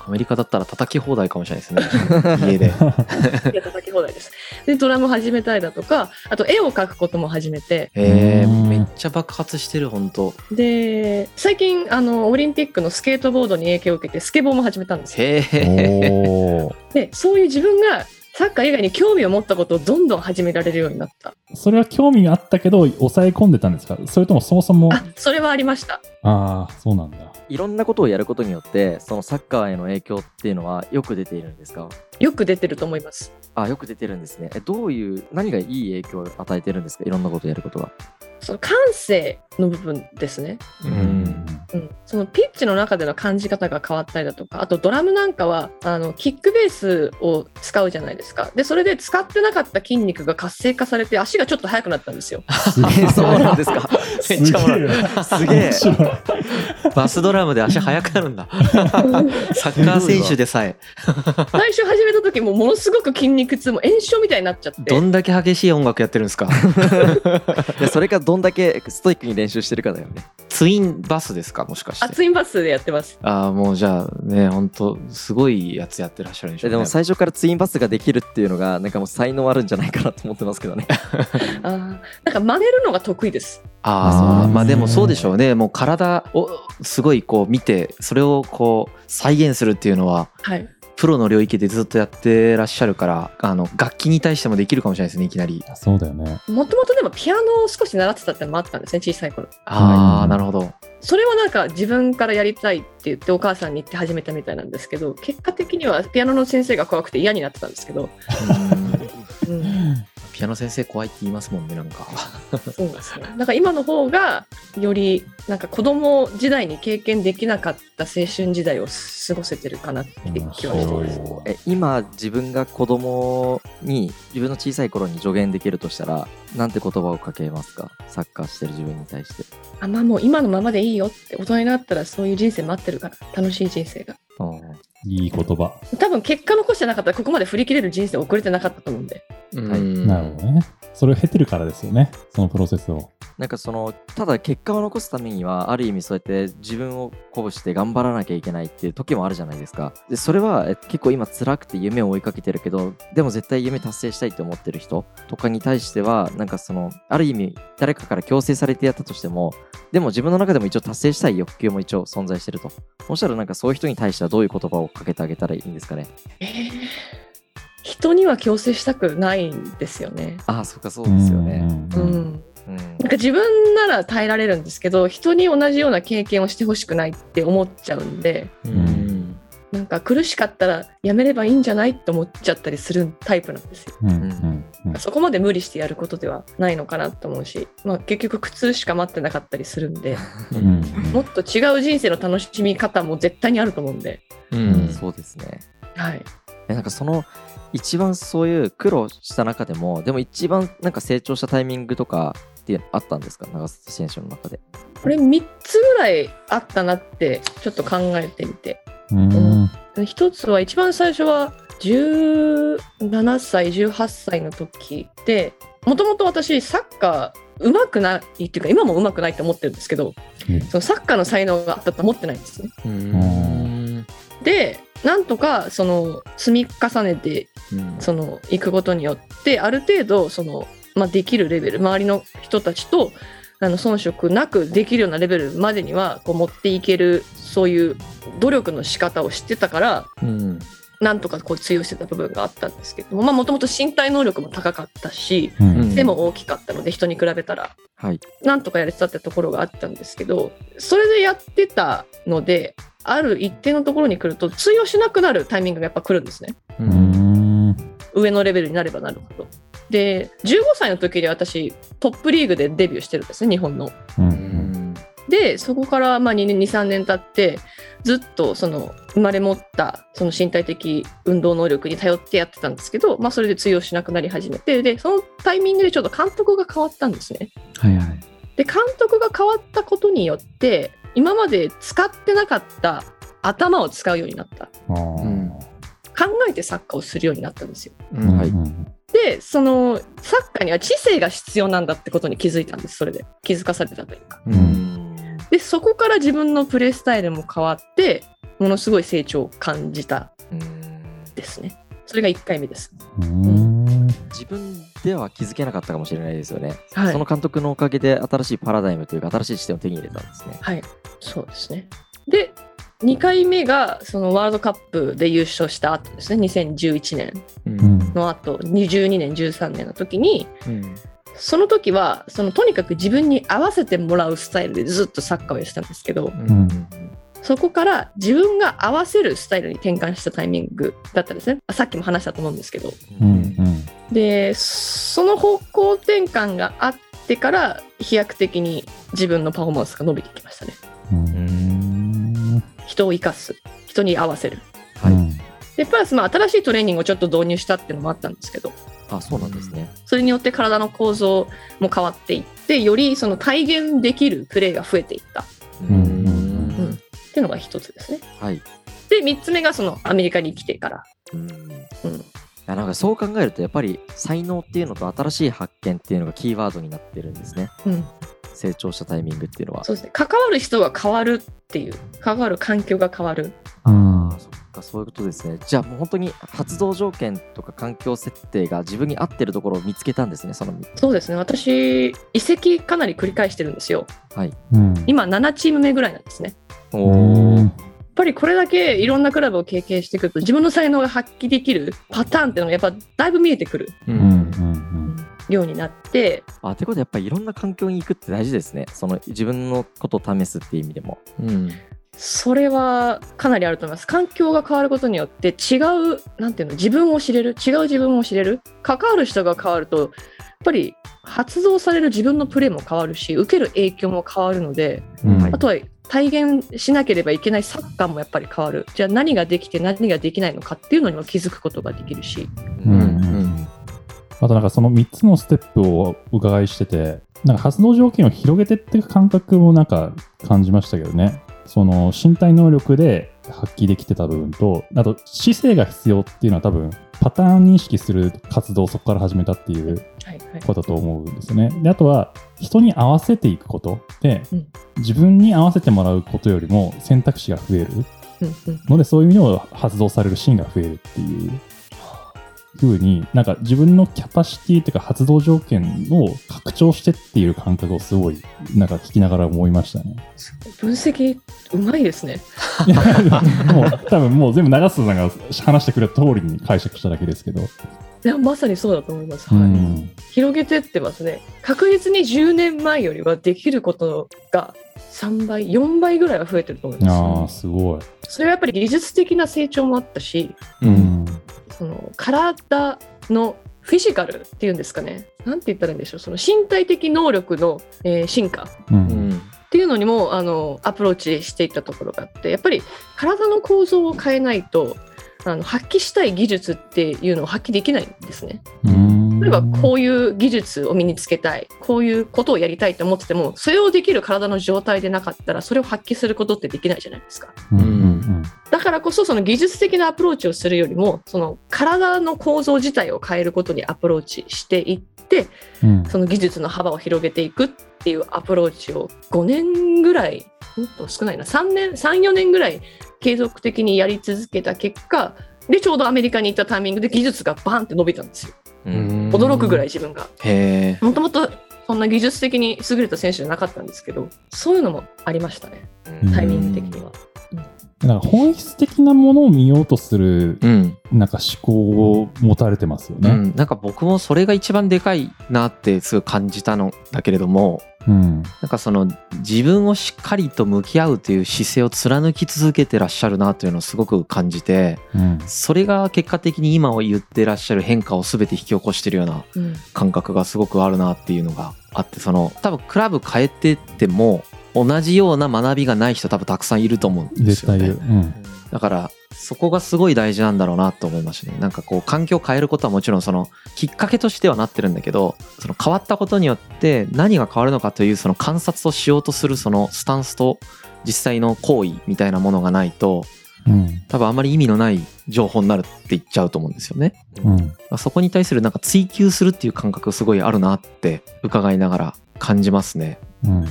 アメリカだったら叩き放題かもしれないですね家で
いや叩き放題です。でドラム始めたりだとかあと絵を描くことも始めて
へえ
うん
めっちゃ爆発してる本当
で最近あのオリンピックのスケートボードに影響を受けてスケボーも始めたんですよ。
へえ
おお
でそういう自分がサッカー以外に興味を持ったことをどんどん始められるようになった
それは興味があったけど抑え込んでたんですかそれともそもそも
あそれはありました
ああそうなんだ
いろんなことをやることによってそのサッカーへの影響っていうのはよく出ているんですか
よく出てると思います
あよく出てるんですねえどういう何がいい影響を与えてるんですかいろんなことをやることが
その感性の部分ですね、
う
うん
うん、そのピッチの中での感じ方が変わったりだとかあとドラムなんかはあのキックベースを使うじゃないですかでそれで使ってなかった筋肉が活性化されて足がちょっと速くなったんですよ
すげえ
そうなんですか
めっちゃおもろい
すげえ
面白い
バスドラムで足速くなるんだサッカー選手でさえ
最初始めた時もものすごく筋肉痛も炎症みたいになっちゃって
どんだけ激しい音楽やってるんですか
いやそれかどんだけストイックに練習してるかだよ ね
ツインバスですかもしかして
熱いバスでやってます
ああもうじゃあね本当すごいやつやってらっしゃるんでしょ
え
う
で
ね
も最初からツインバスができるっていうのがなんかもう才能あるんじゃないかなと思ってますけどね
あーなんか曲げるのが得意です
あ
あ
あ
そう
まあでも
うん
そうでしょうねもう体をすごいこう見てそれをこう再現するっていうのは
はい
プロの領域でずっとやってらっしゃるからあの楽器に対してもできるかもしれないですねいきなり
そうだよね
もともとでもピアノを少し習ってたってのもあったんですね小さい頃
あ
は
あ
い
なるほ ど
それはなんか自分からやりたいって言ってお母さんに言って始めたみたいなんですけど結果的にはピアノの先生が怖くて嫌になってたんですけど、うん、
ピアノ先生怖いって言いますもんねなんか
そうなんですよなんか今の方がよりなんか子供時代に経験できなかった青春時代を過ごせてるかなって気はしてます
面白い
え今自分が子供に自分の小さい頃に助言できるとしたらなんて言葉をかけますかサッカーしてる自分に対して
あまあもう今のままでいいよって大人になったらそういう人生待ってるから楽しい人生が
うん
いい言葉
多分結果残してなかったらここまで振り切れる人生遅れてなかったと思うんで
うん
はい
なるほどねそれを経てるからですよねそのプロセスを
なんかそのただ結果を残すためにはある意味そうやって自分を鼓舞して頑張らなきゃいけないっていう時もあるじゃないですかでそれはえ結構今辛くて夢を追いかけてるけどでも絶対夢達成したいって思ってる人とかに対してはなんかそのある意味誰かから強制されてやったとしてもでも自分の中でも一応達成したい欲求も一応存在してるとそしたらなんかそういう人に対してはどういう言葉をかけてあげたらいいんですかね
えー人には強制したくないんですよね
ああそうかそうですよね
う
うん
うんうん
ん
うん
なんか自分なら耐えられるんですけど人に同じような経験をしてほしくないって思っちゃうんで
うん
なんか苦しかったらやめればいいんじゃないって思っちゃったりするタイプなんですよ
うん
ん
うん
そこまで無理してやることではないのかなと思うし、まあ、結局苦痛しか待ってなかったりするんで
うんうん
もっと違う人生の楽しみ方も絶対にあると思うんで、
うん
そうですね
はい、
えなんかその一番そういう苦労した中でもでも一番なんか成長したタイミングとかっってあったんですか長崎選手の中で。
これ3つぐらいあったなってちょっと考えてみて
うんうん
一つは一番最初は17歳18歳の時でもともと私サッカー上手くないっていうか今も上手くないって思ってるんですけどそのサッカーの才能があったと思ってないんですね。
う
うん
ん
でなんとかその積み重ねて
うん
その行くことによってある程度その、まあ、できるレベル周りの人たちとあの遜色なくできるようなレベルまでにはこう持っていけるそういう努力の仕方を知ってたから
うん
なんとかこう通用してた部分があったんですけどもまあもともと身体能力も高かったし
うん
背も大きかったので人に比べたら
はい。
なんとかやれてたってところがあったんですけどそれでやってたのである一定のところに来ると通用しなくなるタイミングがやっぱ来るんですね
う
うんん
上のレベルになればなるほど。で15歳の時で私トップリーグでデビューしてるんですね日本の。
う
うんん
でそこからまあ2年23年経ってずっとその生まれ持ったその身体的運動能力に頼ってやってたんですけど、まあ、それで通用しなくなり始めてでそのタイミングでちょっと監督が変わったんですね。
はいはい
で監督が変わったことによって今まで使ってなかった頭を使うようになった
あ
ん
ー
考えてサッカーをするようになったんですよ。
うん
はい
うん
でそのサッカーには知性が必要なんだってことに気づいたんですそれで気づかされたというか
う
うんん
でそこから自分のプレースタイルも変わってものすごい成長を感じたですねそれが1回目です、
うん
自分では気づけなかったかもしれないですよね。
はい、
その監督のおかげで新しいパラダイムというか新しい視点を手に入れたんですね。
はい、そうですね。で、2回目がそのワールドカップで優勝した後ですね、2011年
うん
うん
の後、22年、13年の時に、
うん
その時はそのとにかく自分に合わせてもらうスタイルでずっとサッカーをやってたんですけど、
うん
そこから自分が合わせるスタイルに転換したタイミングだったんですね。あさっきも話したと思うんですけど。
うんうん
で、その方向転換があってから飛躍的に自分のパフォーマンスが伸びてきましたね。
うん
人を生かす、人に合わせる。
はい
でプラスまあ新しいトレーニングをちょっと導入したっていうのもあったんですけど
あ、そうなんですね。
それによって体の構造も変わっていってよりその体現できるプレーが増えていったっ
う
うんん
うん
ていうのが一つですね。
はい。
で3つ目がそのアメリカに来てから、
うんい
うん、
やなんかそう考えるとやっぱり才能っていうのと新しい発見っていうのがキーワードになってるんですね。
うん
成長したタイミングっていうのは。
そうですね関わる人が変わるっていう関わる環境が変わる
ああ、そっか、そういうことですね。じゃあもう本当に発動条件とか環境設定が自分に合ってるところを見つけたんですね、その。
そうですね私移籍かなり繰り返してるんですよ
うん
今7チーム目ぐらいなんですね
う
お
ん
やっぱりこれだけいろんなクラブを経験してくると自分の才能が発揮できるパターンっていうのがやっぱだいぶ見えてくる
う
うんんうん
ようになって
あ、てことはやっぱりいろんな環境に行くって大事ですね。その自分のことを試すっていう意味でも。
うん
それはかなりあると思います。環境が変わることによって違う、なんていうの、自分を知れる、違う自分を知れる、関わる人が変わると、やっぱり発動される自分のプレーも変わるし、受ける影響も変わるので、
うん
はい
あとは体現しなければいけないサッカーもやっぱり変わる。じゃあ何ができて何ができないのかっていうのにも気づくことができるし。
う
うんん
う
うんん
う
あとなんかその3つのステップをお伺いしててなんか発動条件を広げてっていう感覚もなんか感じましたけどねその身体能力で発揮できてた部分とあと姿勢が必要っていうのは多分パターン認識する活動をそこから始めたっていう
はいはい
ことだと思うんですよねであとは人に合わせていくことで、
うん
自分に合わせてもらうことよりも選択肢が増える
うんうん
のでそういう意味でも発動されるシーンが増えるっていう風になんか自分のキャパシティというか発動条件を拡張してっていう感覚をすごいなんか聞きながら思いましたね。
分析うまいですね。
いやもう多分もう全部流すのが話してくれた通りに解釈しただけですけど。
いや、まさにそうだと思います。
う
はい
ん
広げてってますね確実に10年前よりはできることが3倍4倍ぐらいは増えてると思い
あ
ま
あすごい。
すそれはやっぱり技術的な成長もあったし
うん
その体のフィジカルっていうんですかねなんて言ったらいいんでしょうその身体的能力の、えー進化っ
うん
うん
ていうのにもあのアプローチしていったところがあってやっぱり体の構造を変えないとあの発揮したい技術っていうのを発揮できないんですね
うん
例えばこういう技術を身につけたいこういうことをやりたいと思っててもそれをできる体の状態でなかったらそれを発揮することってできないじゃないですか
うんうん
だからこそその技術的なアプローチをするよりもその体の構造自体を変えることにアプローチしていって
うんうん
その技術の幅を広げていくっていうアプローチを5年ぐらいもっと少ないな3年34年ぐらい継続的にやり続けた結果でちょうどアメリカに行ったタイミングで技術がバーンって伸びたんですよ
うん
驚くぐらい
い。
自分が
へえ。
もともとそんな技術的に優れた選手じゃなかったんですけどそういうのもありましたね
うん
タイミング的には、
なんか本質的なものを見ようとする
うん。
なんか思考を持たれてますよ
う
ね。
ん、なんか僕もそれが一番でかいなってすごい感じたのだけれども
うん
なんかその自分をしっかりと向き合うという姿勢を貫き続けてらっしゃるなというのをすごく感じて
うん
それが結果的に今を言ってらっしゃる変化を全て引き起こしてるような
うん
感覚がすごくあるなっていうのがあってその多分クラブ変えてっても同じような学びがない人多分たくさんいると思うんです
絶
よ
対
ね
言う。うん
だからそこがすごい大事なんだろうなと思いましたねなんかこう環境を変えることはもちろんそのきっかけとしてはなってるんだけどその変わったことによって何が変わるのかというその観察をしようとするそのスタンスと実際の行為みたいなものがないと
うん
多分あんまり意味のない情報になるって言っちゃうと思うんですよね
うん
まあそこに対するなんか追求するっていう感覚すごいあるなって伺いながら感じますね
うん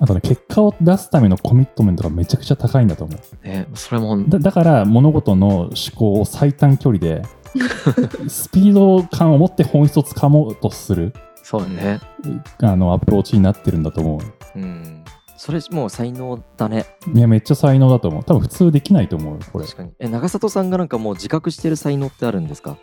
あとね結果を出すためのコミットメントがめちゃくちゃ高いんだと思う。
ねそれも
だだから物事の思考を最短距離 でスピード感を持って本質をつかもうとする
そうだね
あのアプローチになってるんだと思う
うんそれもう才能だね
いやめっちゃ才能だと思う多分普通できないと思うよこれ
確かにえ長里さんがなんかもう自覚してる才能ってあるんですか